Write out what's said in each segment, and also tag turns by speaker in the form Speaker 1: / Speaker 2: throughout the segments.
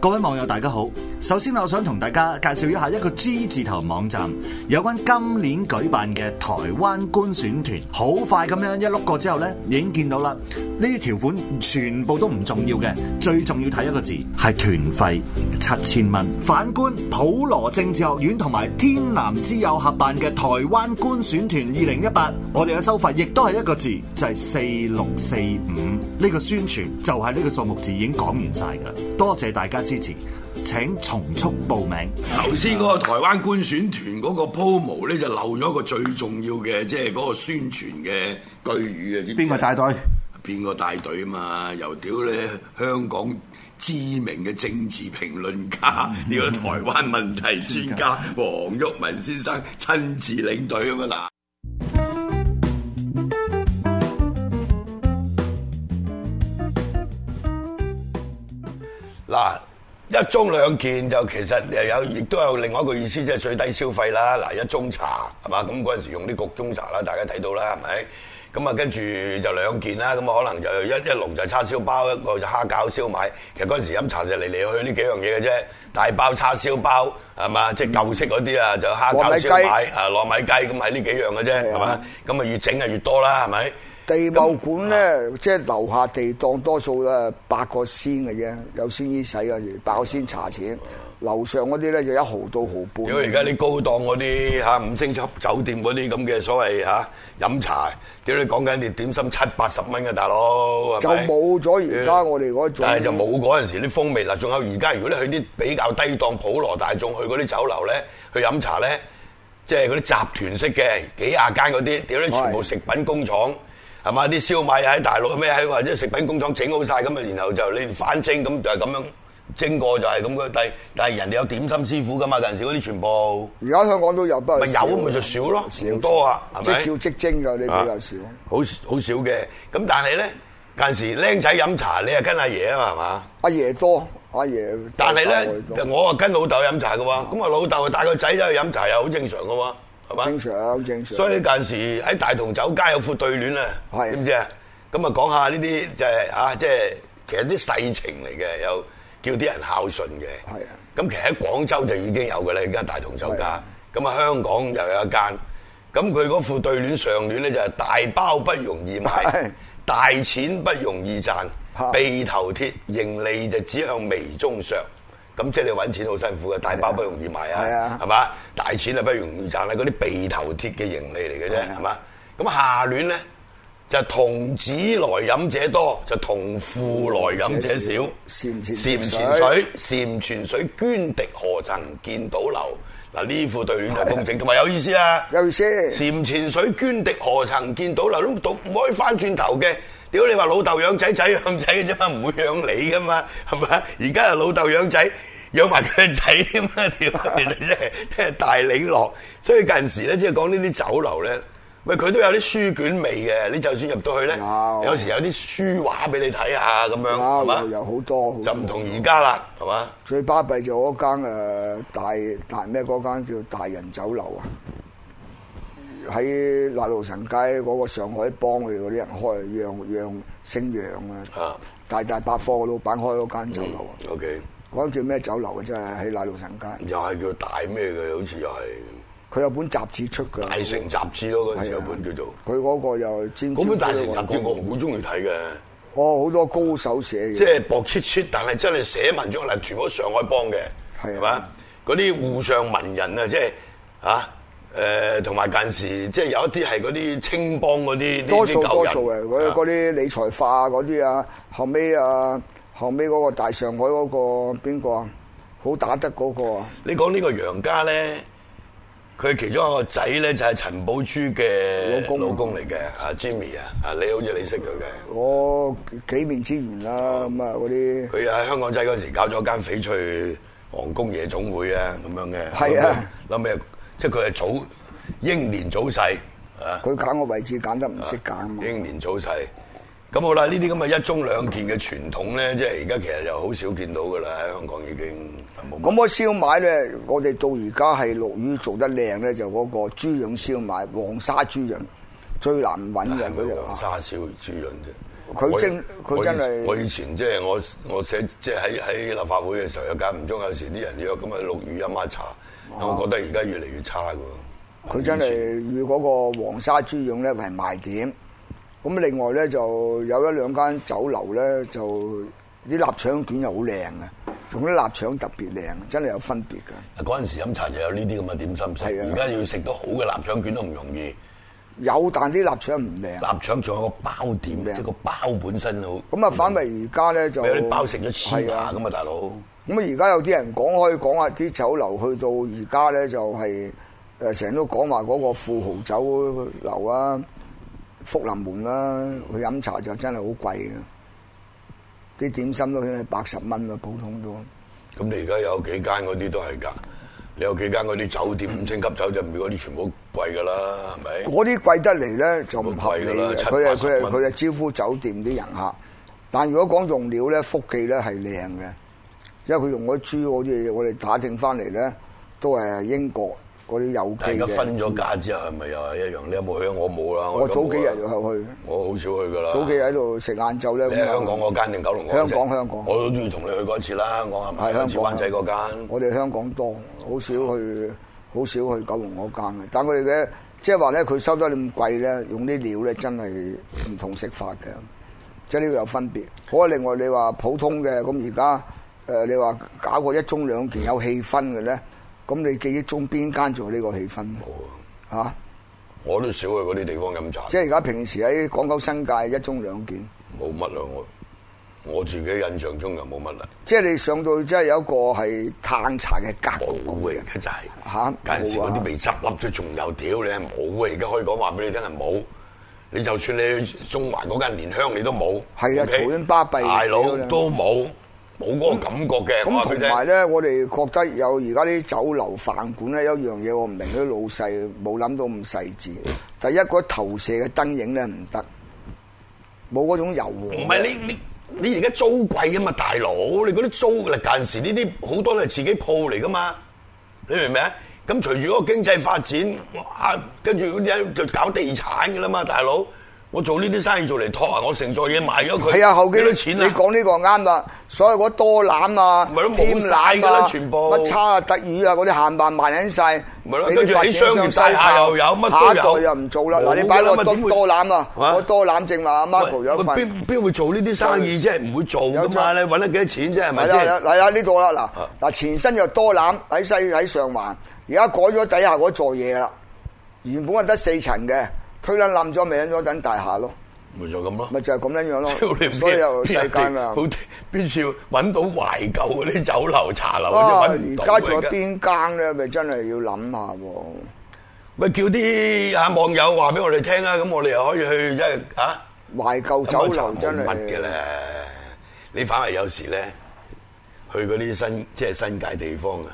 Speaker 1: 各位網友大家好，首先我想同大家介紹一下一個 G 字頭網站，有關今年舉辦嘅台灣觀選團，好快咁樣一碌過之後呢，已經見到啦，呢啲條款全部都唔重要嘅，最重要睇一個字係團費七千蚊。反觀普羅政治學院同埋天南之友合辦嘅台灣觀選團二零一八，我哋嘅收費亦都係一個字，就係四六四五。呢個宣傳就係呢個數目字已經講完晒㗎啦，多謝大家支持，請從速報名。
Speaker 2: 頭先嗰個台灣官選團嗰個 promo 咧，就漏咗一個最重要嘅，即係嗰個宣傳嘅句語啊！知唔知
Speaker 3: 邊個帶隊？
Speaker 2: 邊個帶隊啊嘛？又屌你香港知名嘅政治評論家，
Speaker 3: 嗯
Speaker 2: 呢個台灣問題專家黃毓民先生親自領隊啊嘛嗱。嗱，一盅兩件就其實又有，亦都有另外一個意思，即係最低消費啦。嗱，一盅茶係嘛，咁嗰陣時用啲焗盅茶啦，大家睇到啦，係咪？咁啊，跟住就兩件啦，咁啊，可能就一一籠就叉燒包，一個就蝦餃燒賣。其實嗰陣時飲茶就嚟嚟去呢幾樣嘢嘅啫，大包叉燒包係嘛，即係舊式嗰啲啊，就蝦
Speaker 3: 糯米
Speaker 2: 餃
Speaker 3: 雞
Speaker 2: 燒賣啊，糯米雞咁係呢幾樣嘅啫，係嘛？咁啊，越整啊越多啦，係咪？
Speaker 4: 地貿館咧，即係樓下地檔多數咧八個仙嘅啫，有仙衣洗嗰時八個仙茶錢。樓上嗰啲咧就一毫到毫半。
Speaker 2: 屌而家啲高檔嗰啲嚇五星級酒店嗰啲咁嘅所謂嚇、飲茶，屌你講緊你點心七八十蚊嘅大佬，係
Speaker 4: 就
Speaker 2: 咪
Speaker 4: 冇咗而家我哋嗰種
Speaker 2: 但係就冇嗰陣時啲風味啦。仲有而家如果你去啲比較低檔普羅大眾去嗰啲酒樓咧，去飲茶咧，即係嗰啲集團式嘅幾廿間嗰啲，屌你全部
Speaker 4: 係
Speaker 2: 食品工廠。係嘛？啲燒賣喺大陸咩喺或者食品工廠整好晒咁啊，然後就你反蒸咁就係咁樣蒸過就係咁嘅。但係但係人哋有點心師傅噶嘛，嗰陣時嗰啲全部。
Speaker 4: 而家香港都有，不過
Speaker 2: 咪
Speaker 4: 少啊
Speaker 2: 有咪就少咯，唔多啊，
Speaker 4: 即
Speaker 2: 係咪啊
Speaker 4: 係叫即蒸嘅，你比較少。
Speaker 2: 好好少嘅。咁但係咧，有陣時僆仔飲茶，你係跟阿爺啊嘛，係嘛？
Speaker 4: 阿爺多，阿爺多。
Speaker 2: 但係
Speaker 4: 我哋
Speaker 2: 咧，
Speaker 4: 多
Speaker 2: 我啊跟老豆飲茶嘅喎，咁啊老豆帶個仔走去飲茶又好正常嘅喎，係嘛？
Speaker 4: 正常正常。
Speaker 2: 啊所以有陣時喺大同酒家有副對聯啊，
Speaker 4: 係
Speaker 2: 知唔知啊？咁啊講下呢啲就係啊，即係其實啲世情嚟嘅，又叫啲人孝順嘅。
Speaker 4: 係啊
Speaker 2: 咁其實喺廣州就已經有嘅啦，而家大同酒
Speaker 4: 係
Speaker 2: 家
Speaker 4: 啊。
Speaker 2: 咁啊香港又有一間。咁佢嗰副對聯上聯咧就係大包不容易買
Speaker 4: 係，
Speaker 2: 大錢不容易賺
Speaker 4: 嚇，
Speaker 2: 鼻頭鐵，盈利就只向眉中上。咁即係你揾錢好辛苦嘅，大包不容易買
Speaker 4: 係
Speaker 2: 啊
Speaker 4: 啊，
Speaker 2: 係嘛？大錢啊不容易賺啦，嗰啲鼻頭鐵嘅盈利嚟嘅
Speaker 4: 啊
Speaker 2: 啫，係嘛？咁下聯咧就童子來飲者多，就童父來飲者少。
Speaker 4: 禪
Speaker 2: 潛
Speaker 4: 潛
Speaker 2: 潛
Speaker 4: 水
Speaker 2: 水，潛泉水，涓滴何曾見到流。嗱呢副對聯就工整，同埋有意思啊！
Speaker 4: 有意思
Speaker 2: 潛潛水，涓滴何曾見到流，咁讀唔可以翻轉頭嘅。屌你話老豆養仔，仔養仔嘅啫嘛，唔會養你噶嘛，係咪？而家係老豆養仔，養埋佢個仔添嘛， 屌你真係真係大領落。所以近時咧，即係講呢啲酒樓咧，喂佢都有啲書卷味嘅。你就算入到去咧，
Speaker 4: 有
Speaker 2: 有時有啲書畫俾你睇下咁樣，係嘛
Speaker 4: 有？有好多，好多
Speaker 2: 就唔同而家啦，係嘛？
Speaker 4: 最巴閉就嗰間誒大大咩嗰間叫大人酒樓啊，喺辣路臣街嗰個上海幫佢哋嗰啲人開，楊楊姓楊
Speaker 2: 啊
Speaker 4: 啊，大大百貨嘅老闆開嗰間酒樓啊，
Speaker 2: O K，
Speaker 4: 嗰間叫咩酒樓啊？真係喺辣路臣街，
Speaker 2: 又係叫大咩嘅，好似又係
Speaker 4: 佢有本雜誌出㗎，
Speaker 2: 大成雜誌咯，嗰陣時
Speaker 4: 係
Speaker 2: 有
Speaker 4: 啊
Speaker 2: 本叫做。
Speaker 4: 佢嗰個又尖
Speaker 2: 嗰本大成
Speaker 4: 成
Speaker 2: 雜誌我好中意睇嘅，
Speaker 4: 哦好多高手寫
Speaker 2: 即
Speaker 4: 嘅，
Speaker 2: 係薄切切，但係真係寫文章嗱，全部都上海幫嘅，
Speaker 4: 係啊
Speaker 2: 係嘛？嗰啲互相文人啊，即係啊誒，同埋近時即係有一啲係嗰啲青幫嗰啲啊
Speaker 4: 多數多數嘅，
Speaker 2: 嘅
Speaker 4: 嗰嗰啲理財化嗰啲啊，後尾啊，後尾嗰個大上海嗰個邊個啊，好打得嗰個啊，
Speaker 2: 你講呢個楊家咧，佢其中一個仔咧就係陳寶珠嘅
Speaker 4: 老公啊
Speaker 2: 老公嚟嘅，阿 Jimmy 啊，啊你好似你識佢嘅，
Speaker 4: 我幾面之緣啦，咁啊嗰啲
Speaker 2: 佢喺香港仔嗰陣時搞咗間翡翠皇宮夜總會啊咁樣嘅，
Speaker 4: 係啊，
Speaker 2: 諗咩？即係佢係早英年早逝啊，
Speaker 4: 佢揀個位置揀得唔識揀啊嘛，
Speaker 2: 英年早逝。咁好啦，呢啲咁嘅一盅兩件嘅傳統咧，即係而家其實又好少見到噶啦，喺香港已經冇乜。
Speaker 4: 咁我燒賣咧，我哋到而家係陸羽做得靚咧，就嗰個豬潤燒賣，黃沙豬潤最難揾嘅
Speaker 2: 係
Speaker 4: 嗰
Speaker 2: 咪
Speaker 4: 隻
Speaker 2: 黃
Speaker 4: 啊，
Speaker 2: 沙燒豬潤啫？
Speaker 4: 佢
Speaker 2: 我
Speaker 4: 真佢真係
Speaker 2: 我以前即係我我寫即係喺喺立法會嘅時候，有間唔中有時啲人約咁啊落雨飲下茶，
Speaker 4: 哦
Speaker 2: 我覺得而家越嚟越差㗎喎。
Speaker 4: 佢真係與嗰個黃沙豬膶咧為賣點。咁另外咧就有一兩間酒樓咧，就啲臘腸卷又好靚嘅，仲啲臘腸特別靚，真係有分別嘅。
Speaker 2: 嗰陣時飲茶就有呢啲咁嘅點心食，
Speaker 4: 係啊
Speaker 2: 而家要食到好嘅臘腸卷都唔容易。
Speaker 4: 有但啲臘腸唔靚。
Speaker 2: 臘腸仲有個包點，
Speaker 4: 啊咩啊
Speaker 2: 即係個包本身好。
Speaker 4: 咁啊，反為而家咧就
Speaker 2: 有啲包食咗黐
Speaker 4: 係
Speaker 2: 牙
Speaker 4: 啊
Speaker 2: 㗎嘛，大佬。
Speaker 4: 咁而家有啲人講開講下啲酒樓去到而家咧就係誒成日都講話嗰個富豪酒樓啊、福臨門啦、去飲茶就真係好貴嘅，啲點心都係八十蚊啦，普通都。
Speaker 2: 咁你而家有幾間嗰啲都係㗎，你有幾間嗰啲酒店五星級酒店，嗰啲全部好貴㗎啦，係咪？
Speaker 4: 嗰啲貴得嚟咧就唔合理
Speaker 2: 貴㗎啦
Speaker 4: 嘅，
Speaker 2: 七
Speaker 4: 佢
Speaker 2: 八
Speaker 4: 係
Speaker 2: 十
Speaker 4: 佢係
Speaker 2: 蚊
Speaker 4: 佢係招呼酒店啲人客。但如果講用料咧，福記咧係靚嘅，因為佢用嗰啲豬，好似我哋打聽翻嚟咧，都係英國嗰啲有
Speaker 2: 但係而
Speaker 4: 機
Speaker 2: 家
Speaker 4: 嘅。
Speaker 2: 分咗價之後係咪又係一樣？你有冇去啊？我冇啦。
Speaker 4: 我
Speaker 2: 而家
Speaker 4: 早
Speaker 2: 冇
Speaker 4: 幾
Speaker 2: 啦
Speaker 4: 日又去，
Speaker 2: 我好少去㗎啦。
Speaker 4: 早幾日喺度食晏晝咧。
Speaker 2: 你
Speaker 4: 咁
Speaker 2: 喺
Speaker 4: 啊
Speaker 2: 香港嗰間定九龍嗰間
Speaker 4: 香
Speaker 2: 啫
Speaker 4: 港香港
Speaker 2: 我都要同你去過一次啦。香港係咪？
Speaker 4: 係香
Speaker 2: 上
Speaker 4: 港
Speaker 2: 次灣仔嗰間。
Speaker 4: 我哋香港多，好少去，好少去九龍嗰間嘅。但佢哋嘅即係話咧，佢收得你咁貴咧，用啲料咧真係唔同食法嘅，即係呢個有分別。好啊，另外你話普通嘅，咁而家誒你話搞個一盅兩件有氣氛嘅咧，咁你記憶中邊間做呢個氣氛
Speaker 2: 冇啊
Speaker 4: 嚇、
Speaker 2: 我都少去嗰啲地方飲茶。
Speaker 4: 即係而家平時喺港九新界一盅兩件。
Speaker 2: 冇乜啦，我我自己印象中就冇乜啦。
Speaker 4: 即係你上到即係有一個係嘆茶嘅格局咁
Speaker 2: 冇
Speaker 4: 嘅
Speaker 2: 啊，而家
Speaker 4: 嚇
Speaker 2: 就係嗰陣時
Speaker 4: 冇啊
Speaker 2: 嗰啲未執笠都仲有屌你係冇啊！而家可以講話俾你聽係冇。你就算你去中環嗰間蓮香，你都冇。
Speaker 4: 係啊
Speaker 2: OK？
Speaker 4: 嘈冤巴閉
Speaker 2: 大佬
Speaker 4: 屌你
Speaker 2: 都冇，冇嗰個感覺嘅。我
Speaker 4: 咁
Speaker 2: 話俾
Speaker 4: 同
Speaker 2: 你聽
Speaker 4: 埋咧，我哋覺得有而家啲酒樓飯館咧，有一樣嘢我唔明啲老細冇諗到咁細緻。第一個投射嘅燈影咧唔得，冇嗰種柔和。
Speaker 2: 唔係你你你而家租貴啊嘛，大佬，你嗰啲租嗱間時呢啲好多都係自己鋪嚟噶嘛，你明唔明啊？咁隨住嗰個經濟發展，哇，跟住嗰啲人就搞地產噶啦嘛，大佬。我做呢啲生意做嚟托啊，我成座嘢賣咗佢，
Speaker 4: 係啊，後
Speaker 2: 幾
Speaker 4: 邊
Speaker 2: 多錢
Speaker 4: 你
Speaker 2: 啊？
Speaker 4: 講呢個啱啦，所有嗰多攬啊
Speaker 2: 咪都、冇
Speaker 4: 添
Speaker 2: 晒
Speaker 4: 攬
Speaker 2: 㗎啦
Speaker 4: 啊、
Speaker 2: 全部
Speaker 4: 乜叉啊、特魚啊嗰啲限辦賣緊晒，
Speaker 2: 咪咯
Speaker 4: 俾啲
Speaker 2: 跟住
Speaker 4: 發
Speaker 2: 起
Speaker 4: 展
Speaker 2: 商業
Speaker 4: 商收
Speaker 2: 大廈
Speaker 4: 購
Speaker 2: 又有乜
Speaker 4: 下
Speaker 2: 都
Speaker 4: 一
Speaker 2: 有
Speaker 4: 代又唔做啦。嗱，你
Speaker 2: 冇
Speaker 4: 擺
Speaker 2: 㗎啦
Speaker 4: 個
Speaker 2: 咪點會
Speaker 4: 多攬啊，
Speaker 2: 啊
Speaker 4: 我多攬正話阿 Marco 有一
Speaker 2: 喂
Speaker 4: 份。
Speaker 2: 邊邊會做呢啲生意啫？唔會做噶
Speaker 4: 有
Speaker 2: 嘛？
Speaker 4: 錯
Speaker 2: 你揾得幾多錢啫？係咪
Speaker 4: 係啦，
Speaker 2: 先？
Speaker 4: 嚟啦呢度啦，
Speaker 2: 啊
Speaker 4: 嗱嗱前身就多攬喺西喺上環，而家改咗底下嗰座嘢啦。原本係得四層嘅，推撚冧咗，咪撚咗等大廈咯，
Speaker 2: 咪就咁咯。
Speaker 4: 咪就係咁樣樣
Speaker 2: 屌 你
Speaker 4: 咯。
Speaker 2: 邊
Speaker 4: 所以又
Speaker 2: 邊
Speaker 4: 世
Speaker 2: 有
Speaker 4: 間
Speaker 2: 地
Speaker 4: 啊
Speaker 2: 好，地邊處揾到懷舊嗰啲酒樓茶樓真
Speaker 4: 哇！
Speaker 2: 係揾
Speaker 4: 啊而
Speaker 2: 唔到
Speaker 4: 家
Speaker 2: 㗎
Speaker 4: 仲有
Speaker 2: 而家
Speaker 4: 邊間咧？咪真係要諗下喎。
Speaker 2: 喂，叫啲啊網友話俾我哋聽啊，咁我哋又可以去即係啊，
Speaker 4: 懷舊酒樓真
Speaker 2: 飲下茶啊冇乜嘅
Speaker 4: 係
Speaker 2: 咧。你反為有時咧，去嗰啲新即係新界地方啊，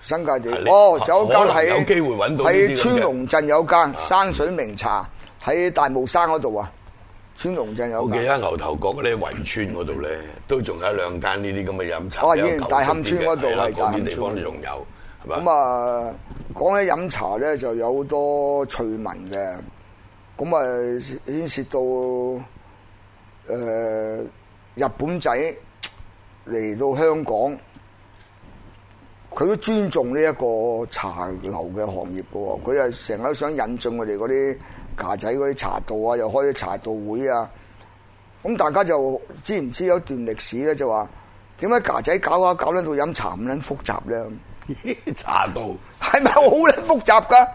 Speaker 4: 新界地
Speaker 2: 係啊你
Speaker 4: 哦
Speaker 2: 可，
Speaker 4: 有間
Speaker 2: 可能
Speaker 4: 喺
Speaker 2: 有機會揾到呢啲咁嘅啊
Speaker 4: 喺川龍鎮有間山水名茶喺大帽山嗰度啊，川龍鎮有
Speaker 2: 我記
Speaker 4: 間。
Speaker 2: 得牛頭角咧圍村嗰度咧，都仲有一兩間呢啲咁嘅飲茶。
Speaker 4: 哦
Speaker 2: 比較
Speaker 4: 以前
Speaker 2: 舊
Speaker 4: 大
Speaker 2: 式啲
Speaker 4: 磡村嗰度
Speaker 2: 嘅係啦啊
Speaker 4: 係
Speaker 2: 嗰
Speaker 4: 大
Speaker 2: 啲
Speaker 4: 磡
Speaker 2: 地方
Speaker 4: 村
Speaker 2: 仲有，係
Speaker 4: 咁
Speaker 2: 嘛？
Speaker 4: 啊，講起飲茶咧，就有好多趣聞嘅。咁啊，牽涉到誒、呃日本仔嚟到香港，佢都尊重呢一個茶樓嘅行業嘅喎。佢係成日都想引進我哋嗰啲架仔嗰啲茶道啊，又開啲茶道會啊。咁大家就知唔知有一段歷史咧？就話點解架仔搞下搞撚到飲茶咁撚複雜咧？
Speaker 2: 茶道
Speaker 4: 係咪好撚複雜噶？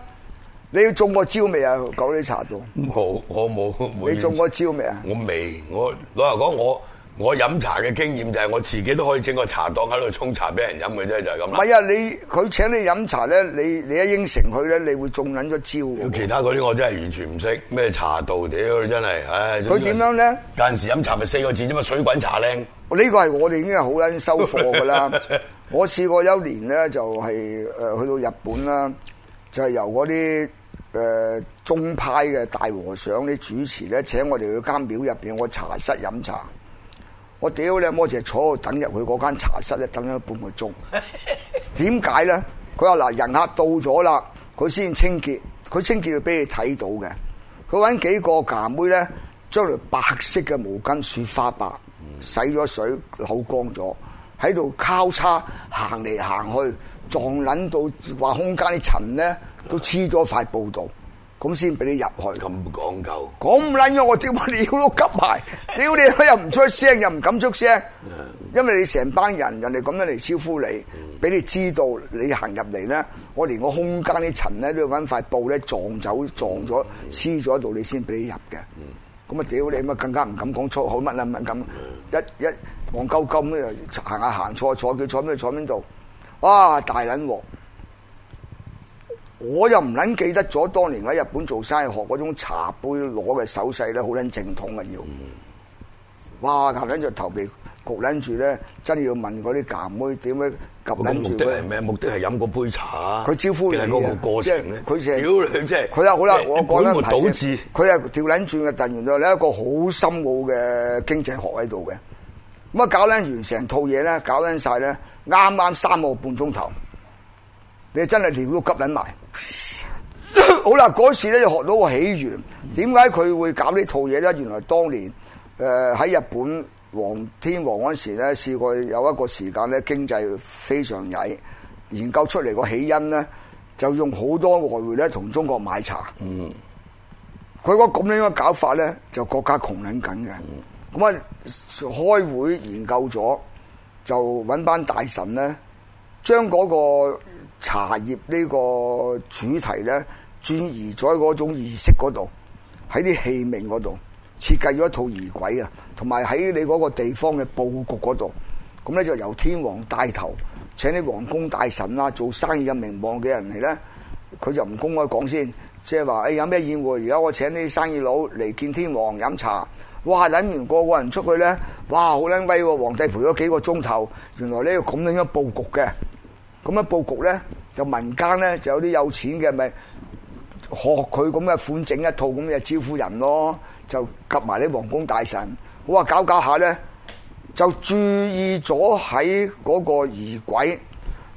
Speaker 4: 你要中過招未啊？九呢茶道，
Speaker 2: 冇，我冇。
Speaker 4: 你中過招未啊？
Speaker 2: 我未，我老實講，我我飲茶嘅經驗就係我自己都可以整個茶檔喺度沖茶俾人飲嘅啫，就係咁
Speaker 4: 唔
Speaker 2: 啦。
Speaker 4: 係啊，你佢請你飲茶咧，你你一應承佢咧，你會中撚咗招喎。
Speaker 2: 其他嗰啲我真係完全唔識咩茶道，屌真係，唉！
Speaker 4: 佢點樣咧？
Speaker 2: 有陣時飲茶咪四個字啫嘛，水滾茶靚。
Speaker 4: 呢個係我哋已經係好撚收貨噶啦。我試過有一年咧，就係、誒、去到日本啦，就係、由嗰啲誒宗派嘅大和尚啲主持咧，請我哋去間廟入邊個茶室飲茶。我屌你，我淨係坐喺度等入去嗰間茶室咧，等咗半個鐘。點解咧？佢話嗱，人客到咗啦，佢先清潔，佢清潔要俾你睇到嘅。佢揾幾個㗎妹咧，將條白色嘅毛巾雪花白，洗咗水扭乾咗，喺度交叉行嚟行去，撞撚到話空間啲塵咧都黐咗塊布度，咁先俾你入去。
Speaker 2: 咁講究，
Speaker 4: 咁撚樣我屌你屌都急埋，屌你又唔出聲又唔敢出聲，因為你成班人人哋咁樣嚟招呼你，俾你知道你行入嚟咧，我連個空間啲塵咧都要揾塊布咧撞走撞咗黐咗喺度，你先俾你入嘅。咁啊屌你咁啊更加唔敢講粗口乜啦乜咁，一一戇鳩鳩咁樣行下行錯坐佢坐邊度坐邊度，哇大撚鑊！我又唔撚記得咗當年喺日本做生意學嗰種茶杯攞嘅手勢咧，好撚正統嘅要。哇！夾撚就頭皮焗撚住咧，真係要問嗰啲夾妹點樣夾
Speaker 2: 咁
Speaker 4: 撚
Speaker 2: 目
Speaker 4: 住
Speaker 2: 的係
Speaker 4: 佢。
Speaker 2: 咩？目的係飲嗰杯茶，
Speaker 4: 佢招呼你
Speaker 2: 定係嗰個過程咧。
Speaker 4: 即係佢成
Speaker 2: 屌你，即係
Speaker 4: 佢又好啦，我講
Speaker 2: 本
Speaker 4: 緊
Speaker 2: 末
Speaker 4: 排
Speaker 2: 倒
Speaker 4: 先
Speaker 2: 置。
Speaker 4: 佢係調撚轉嘅，但原來你一個好深奧嘅經濟學喺度嘅。咁啊，搞撚完成套嘢咧，搞撚晒咧，啱啱三個半鐘頭，你真係尿都急撚埋。 好啦，嗰時咧就學到個起源，點解佢會搞呢套嘢咧？原來當年誒喺、日本皇天皇嗰時咧，試過有一個時間咧經濟非常曳，研究出嚟個起因咧，就用好多外匯咧同中國買茶。嗯，佢個咁樣嘅搞法咧，就國家窮撚緊嘅。咁啊、開會研究咗，就揾班大臣咧。將嗰個茶葉呢個主題咧轉移咗喺嗰種儀式嗰度，喺啲器皿嗰度設計咗一套儀軌啊，同埋喺你嗰個地方嘅佈局嗰度，咁咧就由天皇帶頭請啲皇宮大臣啦、做生意嘅名望嘅人嚟咧，佢就唔公開講先，即係話誒哎有咩宴會，而家我請啲生意佬嚟見天皇飲茶。哇！撚完個個人出去咧，哇！好撚威喎，皇帝陪咗幾個鐘頭，原來呢個咁樣樣佈局嘅，咁樣佈局咧就民間咧就有啲有錢嘅咪學佢咁嘅款整一套咁嘅招呼人咯，就及埋啲皇宮大臣，好啊搞搞下咧就注意咗喺嗰個儀軌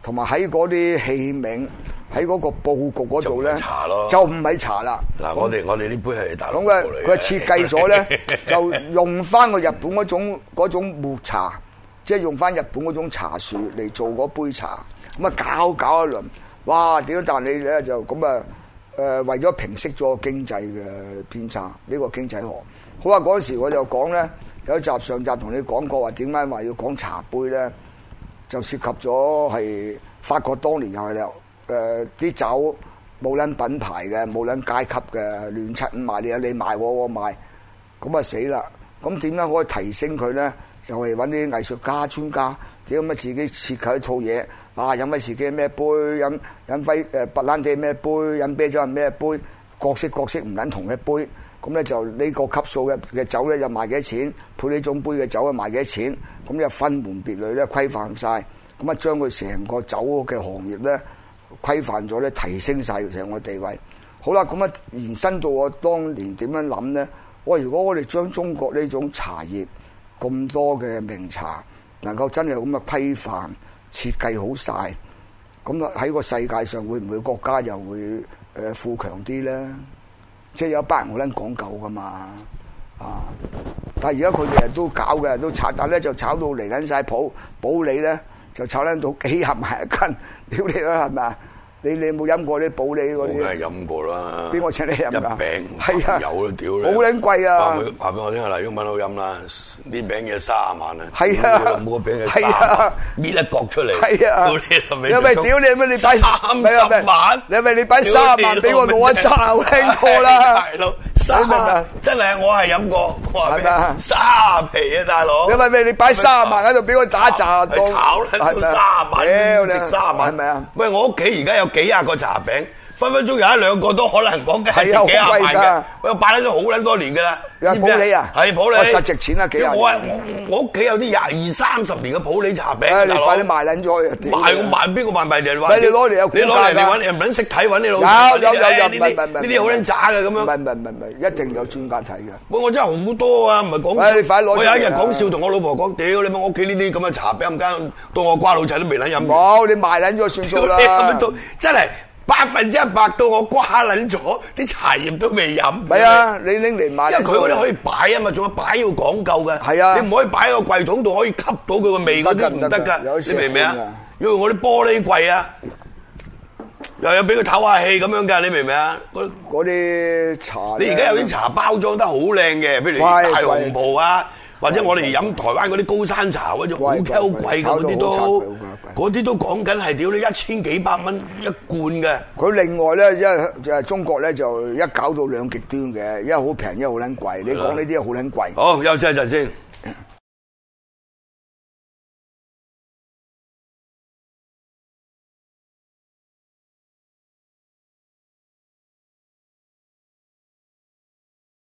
Speaker 4: 同埋喺嗰啲器皿喺嗰個佈局嗰度咧
Speaker 2: 就唔係茶咯
Speaker 4: 就唔係茶啦。
Speaker 2: 嗱，我哋我哋呢杯係大陸
Speaker 4: 咁佢
Speaker 2: 嚟
Speaker 4: 佢設計 咗咧，就用翻個日本嗰種嗰種抹茶，即係用翻日本嗰種茶樹嚟做嗰杯茶。咁啊搞搞一輪，哇！屌！但係你咧就咁啊誒，為咗平息咗經濟嘅偏差，呢、個經濟學。好啊！嗰陣時我就講咧，有一集上集同你講過話點解話要講茶杯咧，就涉及咗係法國當年又係啦，誒、啲酒冇撚品牌嘅，冇撚階級嘅，亂七五賣，你有你賣我我賣，咁啊死啦！咁點樣可以提升佢咧？就係揾啲藝術家專家，點解自己設計一套嘢？啊，飲威士忌咩杯，飲飲輝誒白蘭地咩杯，飲啤酒係咩杯，各式各式唔撚同嘅杯。咁咧就呢個級數嘅嘅酒咧就賣幾多錢，配呢種杯嘅酒啊賣幾多錢，咁就分門別類咧規範晒，咁啊將佢成個酒嘅行業咧規範咗咧，提升晒成個地位。好啦，咁啊延伸到我當年點樣諗咧？我如果我哋將中國呢種茶葉咁多嘅名茶，能夠真係咁嘅規範設計好晒，咁啊喺個世界上會唔會國家又會誒、呃富強啲咧？即係有一班人好撚講究噶嘛，啊！但係而家佢哋都搞嘅，都炒，但咧就炒到嚟撚晒譜，保利咧就炒撚到幾廿埋一斤， 屌你啦係咪啊？你你有冇飲過啲保利嗰
Speaker 2: 我梗係
Speaker 4: 啲？
Speaker 2: 飲過啦。
Speaker 4: 邊個請你飲㗎
Speaker 2: 一餅
Speaker 4: 係啊
Speaker 2: 有啦，屌你！
Speaker 4: 好撚貴啊
Speaker 2: 話俾話俾我聽啊，黎英文好飲啦，呢餅嘢卅萬啊！
Speaker 4: 係啊
Speaker 2: 每個餅嘢
Speaker 4: 係
Speaker 2: 卅
Speaker 4: 啊
Speaker 2: 萬，搣一角出嚟。
Speaker 4: 係啊，
Speaker 2: 屌你
Speaker 4: 因為屌你乜你擺
Speaker 2: 三十萬，
Speaker 4: 你咪你擺三十萬俾我攞一揸，我聽過啦
Speaker 2: 大。佬，
Speaker 4: 你明唔明
Speaker 2: 卅
Speaker 4: 啊
Speaker 2: 真係我係飲過，我話俾
Speaker 4: 係咪啊
Speaker 2: 你卅皮啊，大佬！
Speaker 4: 你咪咪你擺卅萬喺度俾我打炸
Speaker 2: 係炒撚到
Speaker 4: 係咪
Speaker 2: 三
Speaker 4: 啊
Speaker 2: 萬，
Speaker 4: 屌你
Speaker 2: 值三萬
Speaker 4: 係咪啊？
Speaker 2: 喂，我屋企而家有幾廿個茶餅，分分鐘有一兩個都可能講緊係
Speaker 4: 係啊
Speaker 2: 值幾廿萬
Speaker 4: 好貴㗎
Speaker 2: 嘅。喂，我擺咗好撚多年㗎啦。
Speaker 4: 有
Speaker 2: 知唔知
Speaker 4: 普洱啊
Speaker 2: 係普洱，
Speaker 4: 喂實值錢啊幾廿年
Speaker 2: 我係我我屋企有啲廿二三十年嘅普洱茶餅㗎，
Speaker 4: 唉，你
Speaker 2: 大佬
Speaker 4: 快啲賣撚咗佢啊！屌
Speaker 2: 賣我賣邊個賣賣人話？
Speaker 4: 喂你攞嚟有
Speaker 2: 你攞
Speaker 4: 估
Speaker 2: 嚟
Speaker 4: 價㗎
Speaker 2: 你揾你唔撚識睇揾你老
Speaker 4: 有
Speaker 2: 師
Speaker 4: 有有有，
Speaker 2: 哎呢啲
Speaker 4: 唔係
Speaker 2: 呢啲好撚渣嘅咁
Speaker 4: 唔
Speaker 2: 樣
Speaker 4: 係。唔係唔係唔係，一定有專家睇嘅。
Speaker 2: 喂，我真係好多啊，唔係講笑。
Speaker 4: 喂你快啲攞出嚟
Speaker 2: 我有
Speaker 4: 啊
Speaker 2: 一日講笑同我老婆講：屌你媽！我屋企呢啲咁嗯嘅茶餅，間到我瓜老仔都未撚飲完。
Speaker 4: 冇你賣撚咗算數啦。
Speaker 2: 咁樣都真係百分之一百到我瓜撚咗，啲茶葉都未飲。
Speaker 4: 咪啊，你拎嚟買，
Speaker 2: 因為佢嗰啲可以擺啊嘛，仲有擺要講究嘅。
Speaker 4: 係啊
Speaker 2: 你唔可以擺喺個櫃桶度可以吸到佢個味嗰啲唔
Speaker 4: 唔
Speaker 2: 得
Speaker 4: 得㗎唔得㗎有
Speaker 2: 㗎，
Speaker 4: 時
Speaker 2: 你明唔明啊
Speaker 4: 係啊？
Speaker 2: 要用我啲玻璃櫃啊，又有俾佢唞下氣咁樣㗎，你明唔明啊？嗰
Speaker 4: 嗰啲茶呢。
Speaker 2: 你而家有啲茶包裝得好靚嘅，譬如
Speaker 4: 貴
Speaker 2: 大紅袍啊，或者我哋飲台灣嗰啲高山茶嗰種好
Speaker 4: 貴貴
Speaker 2: 鳩貴嘅
Speaker 4: 貴炒
Speaker 2: 嗰
Speaker 4: 到
Speaker 2: 啲
Speaker 4: 好
Speaker 2: 都
Speaker 4: 貴貴貴，
Speaker 2: 嗰啲都講緊係屌你一千幾百蚊一罐嘅。
Speaker 4: 佢另外咧，因為就係中國咧，就一搞到兩極端嘅，一好平，一好撚貴。你講呢啲好撚貴。
Speaker 2: 好，休息一陣先。